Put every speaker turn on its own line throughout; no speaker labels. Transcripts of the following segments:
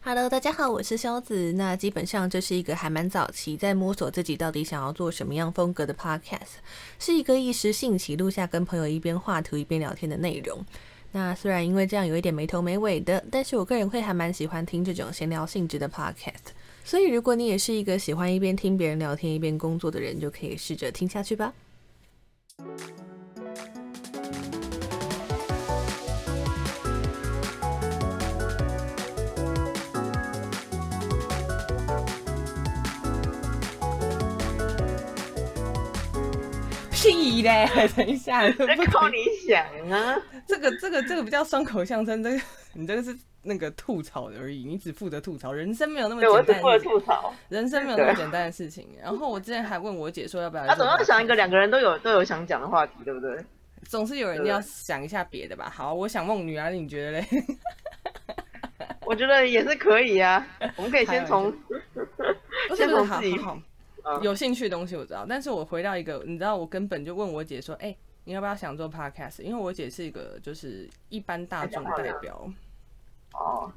Hello，大家好，我是肖子。那基本上这是一个还蛮早期，在摸索自己到底想要做什么样风格的 Podcast，是一个一时兴起录下跟朋友一边画图一边聊天的内容。那虽然因为这样有一点没头没尾的，但是我个人会还蛮喜欢听这种闲聊性质的 Podcast。所以如果你也是一个喜欢一边听别人聊天一边工作的人，就可以试着听下去吧。
屁嘞！ 等一下， 这
这
不
靠你想啊！
这个这个这个不叫双口相声，这个 你这个是那个吐槽而已，你只负责吐槽，人生没有那么
对我只
简单
负责
的事情，
吐槽。
人生没有那么
对
简单的事情。然后我之前还问我姐说要不要来
他
做
总
podcast，
要想一个两个人都有都有想讲的话题，对不对？
总是有人要想一下别的吧。好，我想梦女啊，你觉得嘞？
我觉得也是可以 啊。我们可以先从
不是不是，
从
好
自己
好好，
嗯
有兴趣的东西我知道，但是我回到一个，你知道，我根本就问我姐说，哎、你要不要想做 podcast？因为我姐是一个就是一般大众代表，
哦，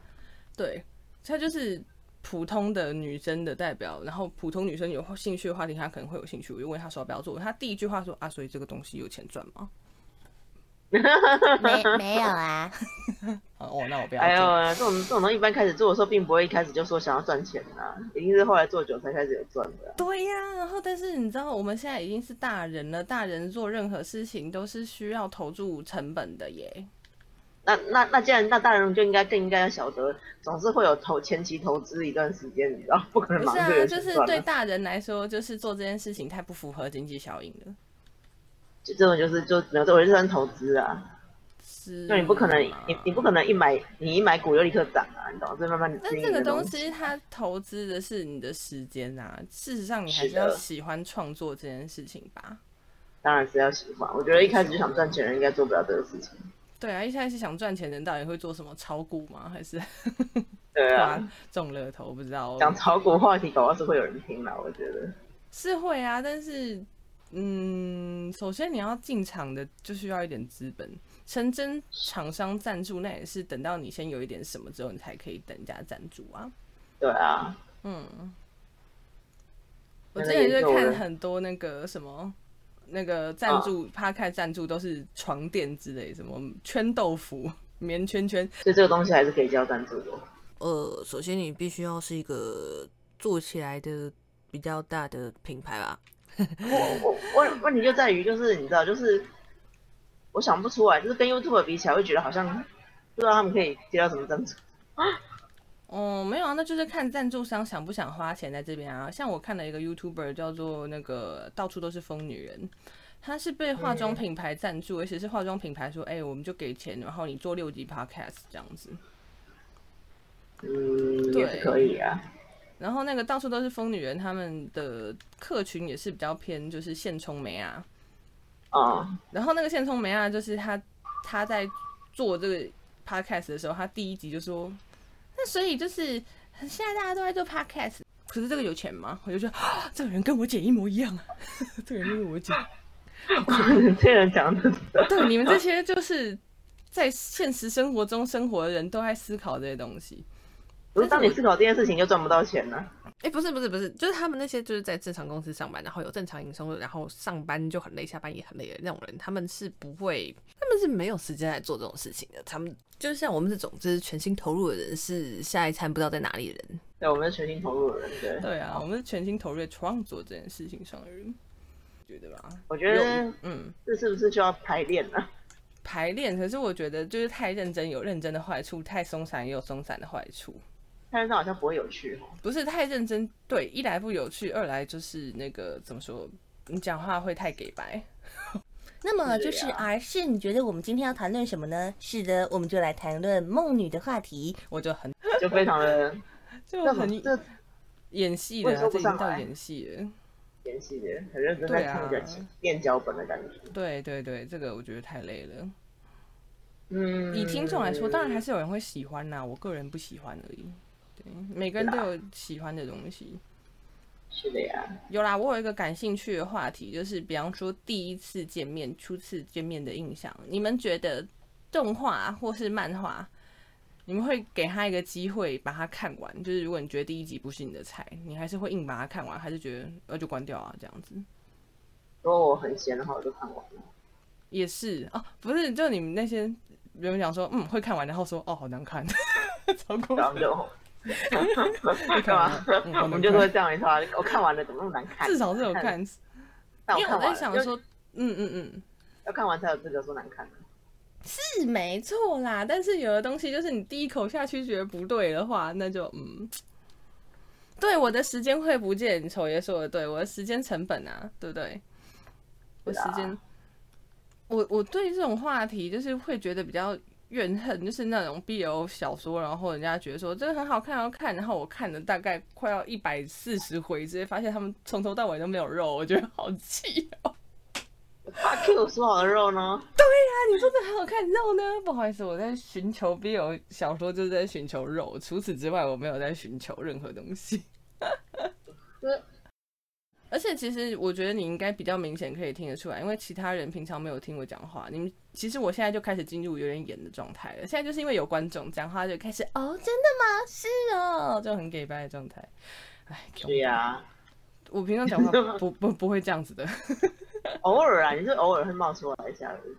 对，她就是普通的女生的代表。然后普通女生有兴趣的话题，她可能会有兴趣。我就问她说要不要做，她第一句话说啊，所以这个东西有钱赚吗？
没没有啊？
啊哦，那我不要
还有
做。
啊，这种这种东西一般开始做的时候，并不会一开始就说想要赚钱啊，一定是后来做久才开始有赚的啊。
对呀、然后但是你知道，我们现在已经是大人了，大人做任何事情都是需要投注成本的耶。
那那那既然那大人就应该更应该要晓得，总是会有投前期投资一段时间，你知道，不可能
不
马
是
上
啊
就，有
就
钱
是
赚
对
的。
大人来说，就是做这件事情太不符合经济效应了。
就这种就是就只能作为算投资啊，
是，
就你不可
嗯
能你你不可能一买你一买股就立刻涨啊，你懂吗？所以慢慢你
但
经
这
营
个
的
东
西。
西它投资的是你的时间啊，事实上你还
是
是要
的
喜欢创作这件事情吧。
当然是要喜欢。我觉得一开始就想赚钱的人应该做不了这个事情。
对啊，一开始想赚钱的人到底会做什么？炒股吗？还是
对 啊，
刮中乐头？不知道，
讲炒股话题，搞不好是会有人听啦。我觉得
是会啊，但是嗯，首先你要进场的就需要一点资本，成真厂商赞助那也是等到你先有一点什么之后，你才可以等人家赞助啊。
对啊，
嗯，我
那
之
个
前
研
就
究
看
人
很多那个什么那个赞助，他看赞助都是床垫之类，什么圈豆腐、 棉圈圈，
所以这个东西还是可以交赞助的。
呃，首先你必须要是一个做起来的比较大的品牌吧。
我问问题就在于，就是你知道，就是我想不出来，就是跟 YouTube 比起来，会觉得好像不知道他们可以接到什么赞助。
哦，没有啊，那就是看赞助商想不想花钱在这边啊。像我看了一个 YouTuber 叫做那个到处都是疯女人，她是被化妆品牌赞助，而且是化妆品牌说，哎、我们就给钱，然后你做六集 Podcast 这样子。
嗯，
对
也是可以啊。
然后那个到处都是疯女人，他们的客群也是比较偏就是现充梅啊。
啊、
然后那个现充梅啊，就是他他在做这个 podcast 的时候，他第一集就说，那所以就是现在大家都在做 podcast，可是这个有钱吗？我就觉得、啊、 这个人跟我姐一模一样啊， 这个人就是 我姐。
这人讲的，
对，你们这些就是在现实生活中生活的人都在思考这些东西。
可是当你思考这件事情，就赚不到钱了、
哎、不是不是不是，就是他们那些就是在正常公司上班，然后有正常营收，然后上班就很累，下班也很累的那种人，他们是不会，他们是没有时间来做这种事情的。他们就像我们这种就是全心投入的人，是下一餐不知道在哪里的人。
对，我们是全心投入的人。 对，
对啊，我们是全心投入在创作这件事情上的人，觉得吧？
我觉得
嗯，
这是不是就要排练了、啊？
排练，可是我觉得就是太认真有认真的坏处，太松散也有松散的坏处。
但是这好像不会有趣哦。
不是太认真，对，一来不有趣，二来就是那个怎么说，你讲话会太给白。
那么就是是
啊
R 是，你觉得我们今天要谈论什么呢？是的，我们就来谈论梦女的话题。
我就很
就非常的
就
这
很
这
演戏
我
了
也
啊，
说
这
不
已经
上
到
来
演戏了。
演戏的，很认真
对
在
啊
看人练脚本的感觉。
对对对，这个我觉得太累了。
嗯，
以听众来说，当然还是有人会喜欢啦，我个人不喜欢而已。对，每个人都有喜欢的东西。
是的呀。
有啦，我有一个感兴趣的话题，就是比方说第一次见面、初次见面的印象，你们觉得动画或是漫画，你们会给他一个机会把它看完，就是如果你觉得第一集不是你的菜，你还是会硬把它看完，还是觉得呃就关掉啊这样子？
如果我很闲的话，我就看完了。
也是哦，不是，就你们那些有人讲说嗯会看完，然后说哦好难看， 超过
然后 就
看
干
完
嘛
了 嗯好难？看
我们就是会这样一套啊。我看完了怎么那么难啊看？
至少是有看，
但
因为
看
我在
完了
想
要
说，嗯嗯嗯，
要看完才有资格说难看。
是没错啦，但是有的东西就是你第一口下去觉得不对的话，那就嗯，对我的时间会不见，丑爷说的对，我的时间成本啊，对不对？我
对
时
啊
间，我我对这种话题就是会觉得比较怨恨，就是那种 BL 小说，然后人家觉得说这个很好看，要看，然后我看了大概快要一百四十回，直接发现他们从头到尾都没有肉，我觉得好气哦。
把 Q 说好的肉呢？
你说这很好看肉呢？不好意思，我在寻求 BL 小说，就是在寻求肉。除此之外，我没有在寻求任何东西。 而且，其实我觉得你应该比较明显可以听得出来，因为其他人平常没有听我讲话。你们其实我现在就开始进入有点演的状态了。现在就是因为有观众讲话，就开始哦，真的吗？是哦，就很给白的状态。哎，
对呀、
我平常讲话不不不会这样子的。
偶尔啊，你是偶尔会冒出来一下而已。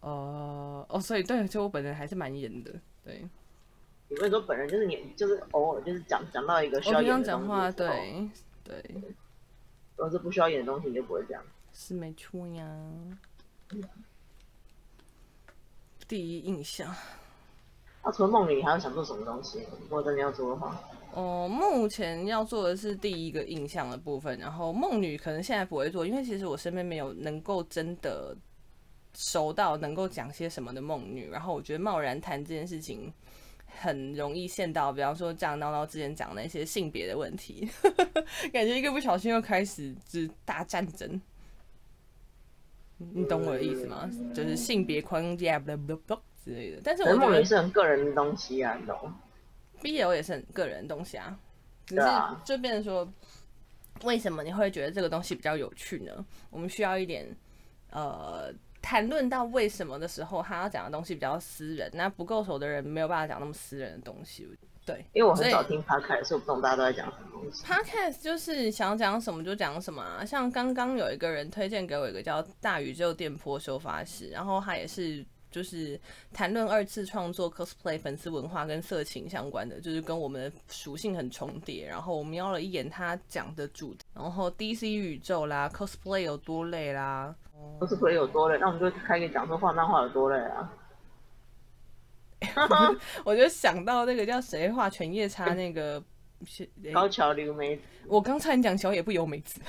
哦、哦，所以对，就我本人还是蛮演的。对，
你不是说本人就是你，就是偶尔就是讲讲到一个需
我
要
平常
演的东
讲
西
话，
的时候，
对对。
如果是不需要演的东西，你就不会这样。
是没错呀。第一印象
那、除了梦里，你还要想做什么东西？如果真的要做的话，
哦，目前要做的是第一个印象的部分，然后梦女可能现在不会做，因为其实我身边没有能够真的熟到能够讲些什么的梦女，然后我觉得贸然谈这件事情很容易陷到，比方说这样闹闹之前讲的一些性别的问题， 感觉一个不小心又开始就是大战争。你懂我的意思吗？就是性别框架，blah blah blah 之类的。但是
可
我
是
觉
梦
得
里是很个人的东西啊，你懂吗？
BL 也是很个人的东西啊，只是
对啊
就变成说，为什么你会觉得这个东西比较有趣呢？我们需要一点呃，谈论到为什么的时候，他要讲的东西比较私人，那不够熟的人没有办法讲那么私人的东西。对，
因为我很少
所以
听 podcast，所以我不懂大家都在讲什么东西。
Podcast 就是想讲什么就讲什么啊，像刚刚有一个人推荐给我一个叫大宇宙电波修发师，然后他也是就是谈论二次创作、cosplay、粉丝文化跟色情相关的，就是跟我们的属性很重叠。然后我瞄了一眼他讲的主题，然后 DC 宇宙啦、cosplay 有多累啦，
都是会有多累，那我们就开个讲说画漫画有多累啊。
我就想到那个叫谁画犬夜叉那个。是诶
高桥留美子，
我刚才讲小野不由美子，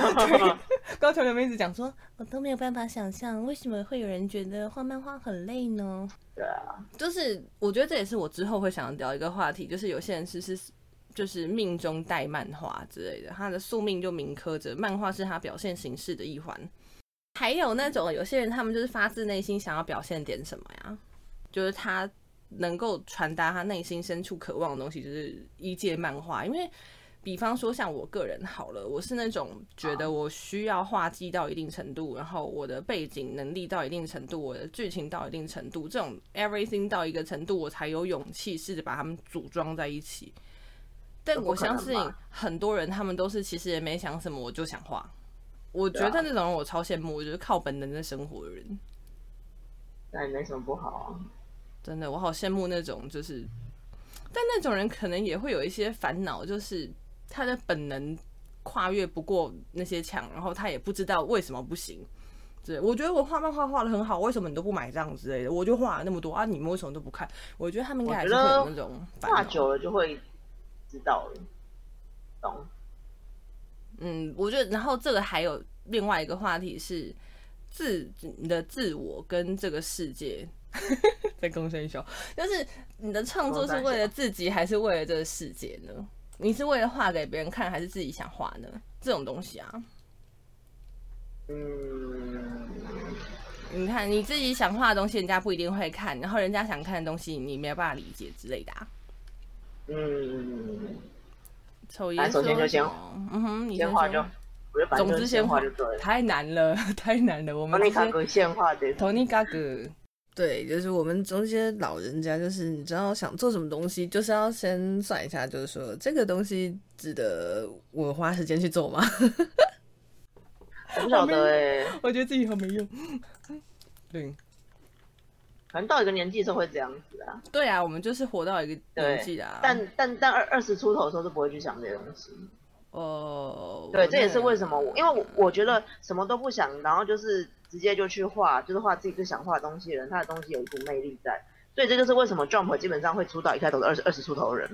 高桥留美子讲说
我都没有办法想象为什么会有人觉得画漫画很累呢？
对啊，
就是我觉得这也是我之后会想要聊一个话题，就是有些人是是就是命中带漫画之类的，他的宿命就铭刻着漫画是他表现形式的一环。还有那种有些人，他们就是发自内心想要表现点什么呀，就是他能够传达他内心深处渴望的东西，就是一界漫画。因为比方说像我个人好了，我是那种觉得我需要画技到一定程度，然后我的背景能力到一定程度，我的剧情到一定程度，这种 everything 到一个程度，我才有勇气试着把它们组装在一起。但
这不
我
可能
相信
吧
很多人，他们都是其实也没想什么，我就想画。我觉得
对啊
那种人我超羡慕，我就是靠本能在生活的人。
那也没什么不好啊。
真的，我好羡慕那种就是，但那种人可能也会有一些烦恼，就是他的本能跨越不过那些墙，然后他也不知道为什么不行。对，我觉得我画漫画画的很好，为什么你都不买账之类的？我就画了那么多啊，你们为什么都不看？我觉得他们应该还是会有那种烦
画
恼。
久了就会知道了，懂？
嗯，我觉得，然后这个还有另外一个话题是自你的自我跟这个世界 在共生一宿，就是你的创作是为了自己还是为了这个世界呢？你是为了画给别人看，还是自己想画呢？这种东西啊，
嗯，
你看你自己想画的东西，人家不一定会看，然后人家想看的东西，你没有办法理解之类的啊。
嗯，
抽
来
烟
首先就先
嗯哼，你
先画就
说，
我就反正
总之
先
先
画
画
就对了。
太难了，太难了，我
我
们
那
这
哦卡
些
哥先画的，
托尼嘎哥，
对，就是我们这些老人家，就是你知道想做什么东西，就是要先算一下，就是说这个东西值得我花时间去做 吗？
我不晓得哎、
我觉得自己很没用。对
可能到一个年纪的时候会这样子啊。
对啊，我们就是活到一个
对
年纪啊。
但但但二二十出头的时候就不会去想这些东西。
哦，
对，这也是为什
么
么我，因为我我觉得什么都不想，然后就是直接就去画，就是画自己最想画的东西的人，他的东西有一股魅力在。所以这就是为什么 Jump 基本上会出道一开头的二十二十出头的人，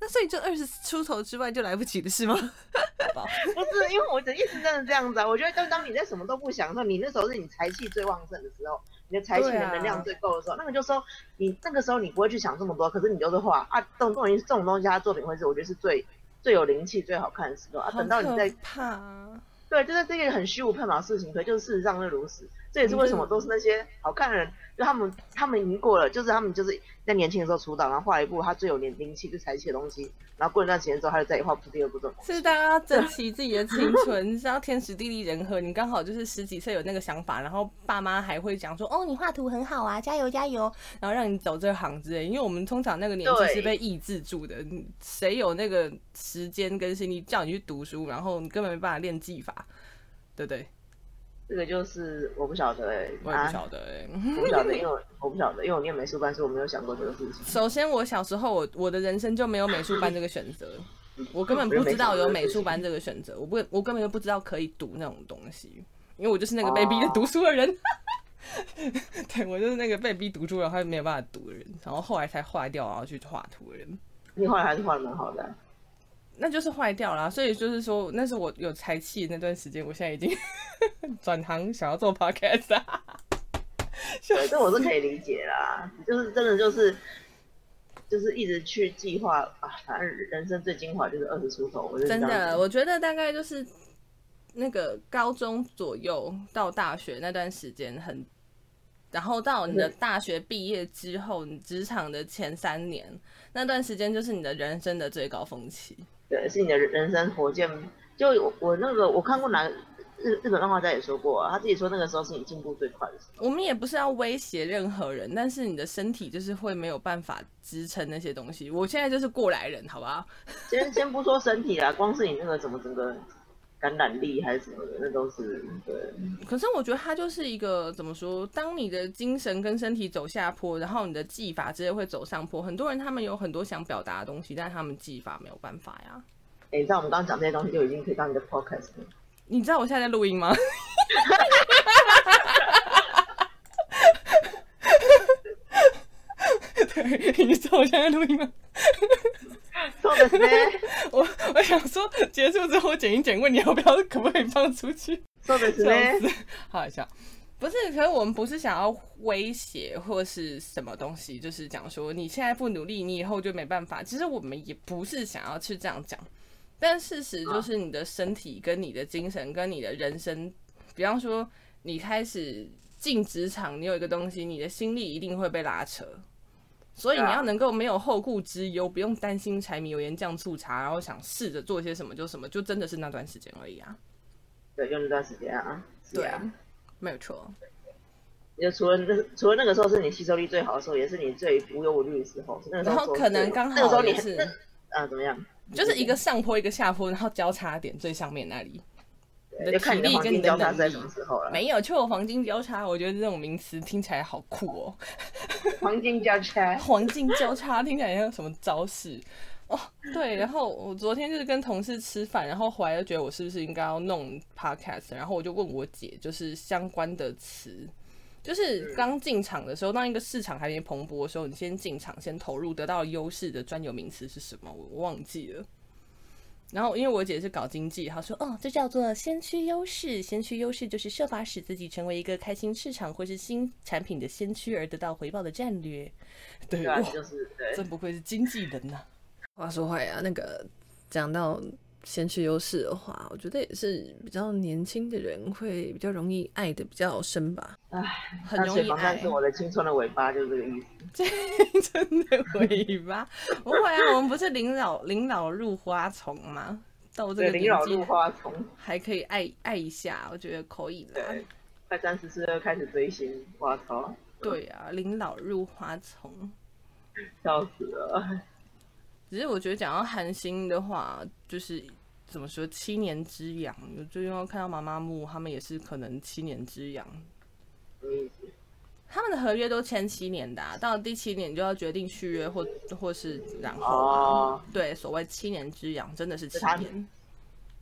那所以这二十出头之外就来不及了，是吗？
不是因为我的意思真的这样子啊。我觉得当当你在什么都不想的时候，你那时候是你财气最旺盛的时候，你的财气
对啊
的能量最够的时候，那个就说你那个时候你不会去想这么多，可是你就是画啊，这种东西这种东西，它的作品会是我觉得是最最有灵气、最好看的时候啊。等到你在
怕。
对，就是这个很虚无缥缈的事情，可就是事实上是如此。这
嗯
也是为什么都是那些好看的人，就他们他们已经过了，就是他们就是在年轻的时候出道，然后画一部他最有年灵气、最才气的东西，然后过一段时间之后，他就再也画不出第二部这种。
是大家要珍惜自己的青春， 是要天时地利人和。你刚好就是十几岁有那个想法，然后爸妈还会讲说：“哦，你画图很好啊，加油加油！”然后让你走这行之类。因为我们通常那个年纪
对
是被抑制住的，你谁有那个时间跟心力叫你去读书，然后你根本没办法练技法，对不对？
这个就是我不晓得哎、
我也不
啊，
晓得哎、
我不晓得，因为我我不晓得，因为我念美术班，所以我没有想过这个事情。
首先，我小时候我我的人生就没有美术班这个选择，我根本不知道有美术班这个选择，我不我根本就不知道可以读那种东西，因为我就是那个被逼着读书的人。 对，我就是那个被逼读书，然后没有办法读的人，然后后来才坏掉，然后去画图的人，
你后来还是画的蛮好的啊、
那就是坏掉啦。所以就是说，那是我有才气的那段时间，我现在已经 转行想要做 podcast 啊。
对，这我是可以理解啦，就是真的就是就是一直去计划啊，反正人生最精华就是二十出头，我就是
真
这样
的，
子
我觉得大概就是那个高中左右到大学那段时间很，然后到你的大学毕业之后，你职场的前三年那段时间就是你的人生的最高峰期。
对，是你的人人生活见。就我我那个我看过哪日日本漫画家也说过、啊，他自己说那个时候是你进步最快的时候。
我们也不是要威胁任何人，但是你的身体就是会没有办法支撑那些东西。我现在就是过来人，好不好？
先先不说身体啦，啊光是你那个怎么整个感染力还是什么的，那都是对。
可是我觉得它就是一个怎么说？当你的精神跟身体走下坡，然后你的技法之类会走上坡。很多人他们有很多想表达的东西，但他们技法没有办法呀。
哎、你知道我们刚刚讲这些东西就已经可以当你的 podcast 了。
你知道我现在在录音吗？ 对，你知道我现在在录音吗？
说的是呢，
我我想说结束之后剪一剪，问你要不要，可不可以放出去？
说的是
笑
呢，
死，好笑。不是，可是我们不是想要威胁或是什么东西，就是讲说你现在不努力，你以后就没办法。其实我们也不是想要去这样讲，但事实
啊
就是你的身体跟你的精神跟你的人生，比方说你开始进职场，你有一个东西，你的心力一定会被拉扯。所以你
对啊
要能够没有后顾之忧，不用担心柴米油盐酱醋茶，然后想试着做些什么就什么，就真的是那段时间而已啊。
对，就那段时间啊，是
对
啊，
啊，没有错。
也除了那除了那个时候是你吸收力最好的时候，也是你最无忧无虑的时候。那个时
然
候
后
做
可能刚
那个时
好
候你
也
很
是
那，啊怎么样？
就是一个上坡一个下坡，然后交叉点最上面那里，你
对
的
就
体
看你的
力
黄
跟你
金
的
交叉
能
是在什么
力。
时候了。
没有错，黄金交叉，我觉得这种名词听起来好酷哦。
黄金交叉，
黄金交叉听起来像什么招式哦？对，然后我昨天就是跟同事吃饭，然后回来就觉得我是不是应该要弄 podcast，然后我就问我姐，就是相关的词。就是刚进场的时候，当一个市场还没蓬勃的时候，你先进场、先投入，得到优势的专有名词是什么？我我忘记了。然后因为我姐是搞经济，她说哦，这叫做先驱优势。先驱优势就是设法使自己成为一个开新市场或是新产品的先驱而得到回报的战略。对，
对啊，
哇
就是对。
真不愧是经纪人呐、
话说回来啊，那个讲到先去优势的话，我觉得也是比较年轻的人会比较容易爱的比较深吧。
很
那
容
水
易
房
爱
站，是我的青春的尾巴，就是这个意思。
真的尾巴。不会啊，我们不是临老临老入花丛吗？到这
对，
个
林老
年纪
入花丛，
还可以爱爱一下，我觉得可以啦。
对，快三十岁就开始追星，我操！
对啊，临老入花丛。
笑死了。
只是我觉得讲到韩星的话，就是怎么说，七年之痒，我最近又看到妈妈木他们也是可能七年之痒，
嗯，
他们的合约都签七年的、啊，到第七年就要决定续约或或是然后、啊，
哦，
对，所谓七年之痒真的是七
他
年，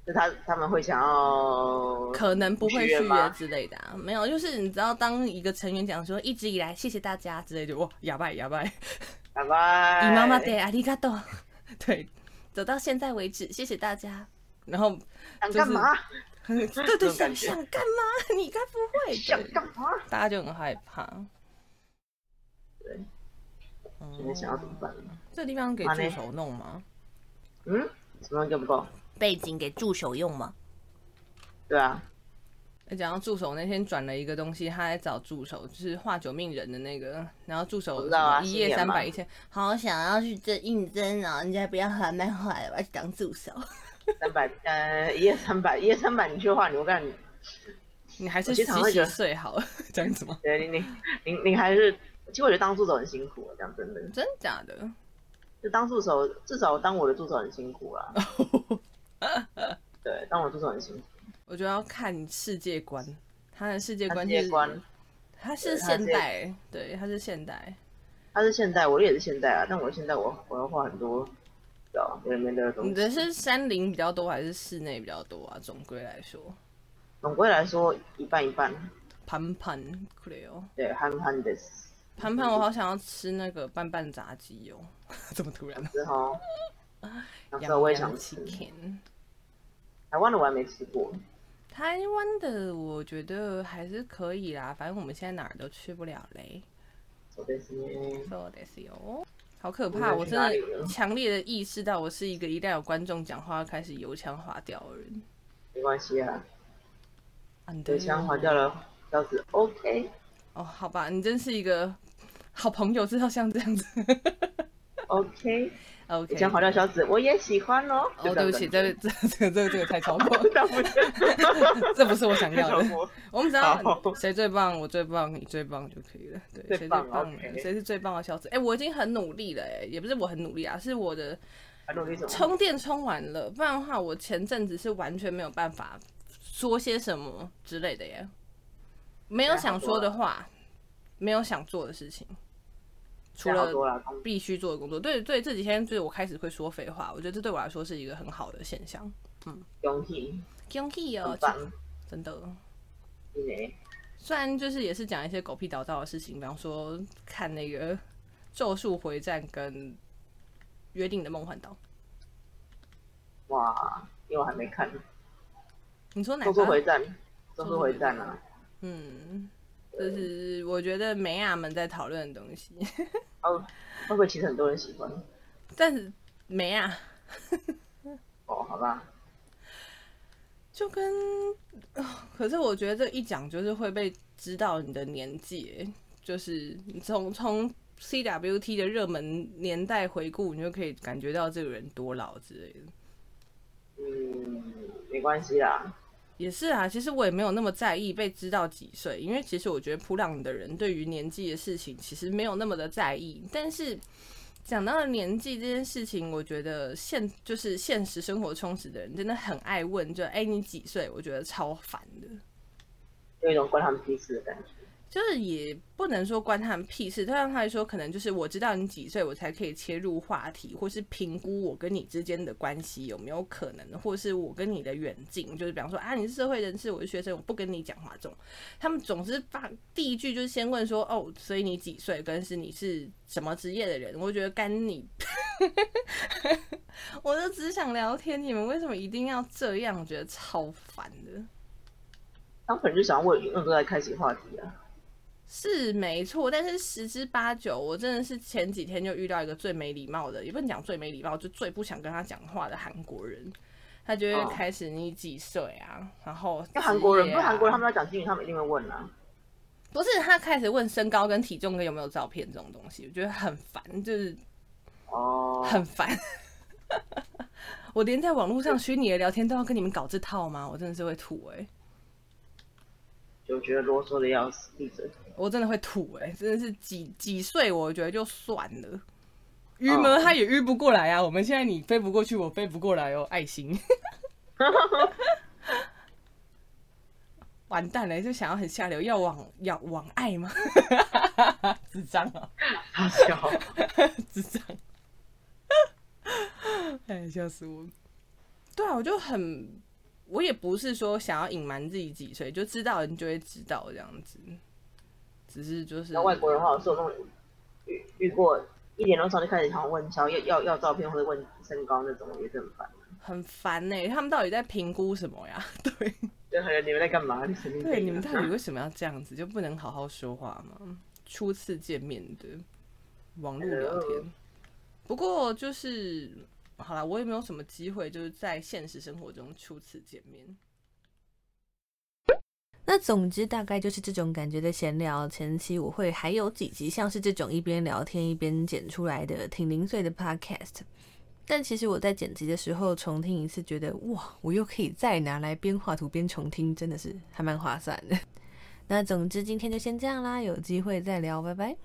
就他他们会想要
可能不会
续
续
约
约
吗
之类的、啊，没有，就是你知道，当一个成员讲说一直以来谢谢大家之类的，哇，哑巴哑巴，你
拜拜。
妈妈 得阿里嘎多，对，走到现在为止，谢谢大家，然后
想
就是
干嘛？
嗯 对对，
种
想
感觉
想干嘛？ 你该不会
想
对
干嘛？
大家就很害怕。
对
嗯，
现在想要怎么办？
这地方给
好嘞
助手弄吗？
嗯，什么都不够？
背景给助手用嘛。
对 啊，
诶哎讲到助手，那天转了一个东西，他在找助手，就是画九命人的那个，然后助手
我知道
什
啊
么一夜
新
三
年嘛
百一千，
好想要去这应征啊！人家不要喊漫画，我要去当助手。
三百呃，一夜三百，一夜三百，你去画牛干，
你还是
我
洗
经常会
洗
觉得
睡好了，这样子 吗？
对，你你你你还是，其实我觉得当助手很辛苦，啊讲真的，
真假的？
就当助手，至少当我的助手很辛 苦啦。对，当我的助手很辛苦，
我觉得要看世界观，他的世界
他
观
世
是
界观，
他是
对他
现
世界
代，对，他是现代。
他是现代，我的也是现代啊，但我的现代我我要画很多，知道里面的东
你
西。
的是山林比较多还是室内比较多啊？总归来说，
总归来说一半一半，
盘盘哦 Cleo，
对，憨憨的。
盘盘，我好想要吃那个拌拌炸鸡 哦！怎么突然？
之后，那时
洋
候我也
洋
想吃，
chicken。
台湾的我还没吃过。
台湾的我觉得还是可以啦，反正我们现在哪儿都去不了嘞。
我的是
说的是哦，好可怕！我
我
真
们要去哪里
的
呢
强烈的意识到，我是一个一旦有观众讲话开始油腔滑调的人。
没关系啊，
啊，你的
有枪划掉了，这子 OK。
哦，好吧，你真是一个好朋友，知道像这样 子。
OK，
OK，
以前黄掉小紫我也喜欢哦。
哦，对不起，这这这这这个太超 过，
这不是，
这不是我想要
这
的。
不
我们只要
好
谁最棒，我最棒，你最棒就可以了。对，谁
最
最
棒
棒，
OK
谁是最棒的小子？哎，我已经很努力了，哎，也不是我很努力啊，是我的
还努力什么？
充电充完了，不然的话，我前阵子是完全没有办法说些什么之类的耶，没有想说的话，没有想做的事情，除
好
了
多了，
必须做的工作。对对，这几天就是我开始会说废话，我觉得这对我来说是一个很好的现象。
勇气，
恭喜哦
很，棒，
真的。
因为
虽然就是也是讲一些狗屁倒灶的事情，比方说看那个《咒术回战》跟《约定的梦幻岛》。
哇，因为我还没看《
你说哪
咒术
个
回？战》，《咒术回战》啊，
嗯，就是我觉得美亚们在讨论的东西，
哦，会不会其实很多人喜欢？
但是美亚
哦，好吧，
就跟、啊可是我觉得这一讲就是会被知道你的年纪耶，就是你从从 CWT 的热门年代回顾，你就可以感觉到这个人多老之类的。
嗯，没关系啦，
也是啊，其实我也没有那么在意被知道几岁，因为其实我觉得普朗的人对于年纪的事情其实没有那么的在意。但是讲到年纪这件事情，我觉得现就是现实生活充实的人真的很爱问，就哎、你几岁？我觉得超烦的。
有一种关他们屁事的感觉。
就是也不能说关他们屁事，对他们来说，可能就是我知道你几岁，我才可以切入话题，或是评估我跟你之间的关系有没有可能，或是我跟你的远近，就是比方说啊，你是社会人士，我是学生，我不跟你讲话这种。他们总是把第一句就是先问说哦，所以你几岁，跟是你是什么职业的人，我觉得干你， 我就只想聊天，你们为什么一定要这样？我觉得超烦的。
他们可能就想要问，用这来开启话题啊。
是没错，但是十之八九，我真的是前几天就遇到一个最没礼貌的，也不能讲最没礼貌，就最不想跟他讲话的韩国人。他就会
哦
开始你几岁啊？然后
因为韩国人，
职
不
业啊
是韩国人，他们要讲英语，他们一定会问啊。
不是他开始问身高跟体重跟有没有照片这种东西，我觉得很烦，就是
哦，
很烦。 我连欸在网络上虚拟的聊天都要跟你们搞这套吗？我真的是会吐哎、
就觉得啰嗦的要死，闭 嘴。
我真的会吐哎、真的是几几岁，我觉得就算了。
嗯
晕吗？他也晕不过来啊！我们现在你飞不过去，我飞不过来哦，爱心。 完蛋了，就想要很下流，要往要往爱 吗？智障啊！
好笑，
智障。 哎，笑死我！对啊，我就很，我也不是说想要隐瞒自己几岁，就知道人就会知道这样子。只是就是
那外国人的话，我是有那种遇遇过一点钟上就开始想问想要要要照片或者问身高那种，我觉得很烦。
很烦呢、他们到底在评估什么呀？对
对，还有你们在干嘛？你神经病啊
对，你们 到底为什么要这样子？就不能好好说话吗？初次见面的网络聊天，不过就是好啦，我也没有什么机会，就是在现实生活中初次见面。
那总之大概就是这种感觉的闲聊。前期我会还有几集像是这种一边聊天一边剪出来的挺零碎的 podcast，但其实我在剪辑的时候重听一次，觉得哇，我又可以再拿来边画图边重听，真的是还 蛮划算的。那总之今天就先这样啦，有机会再聊，拜拜。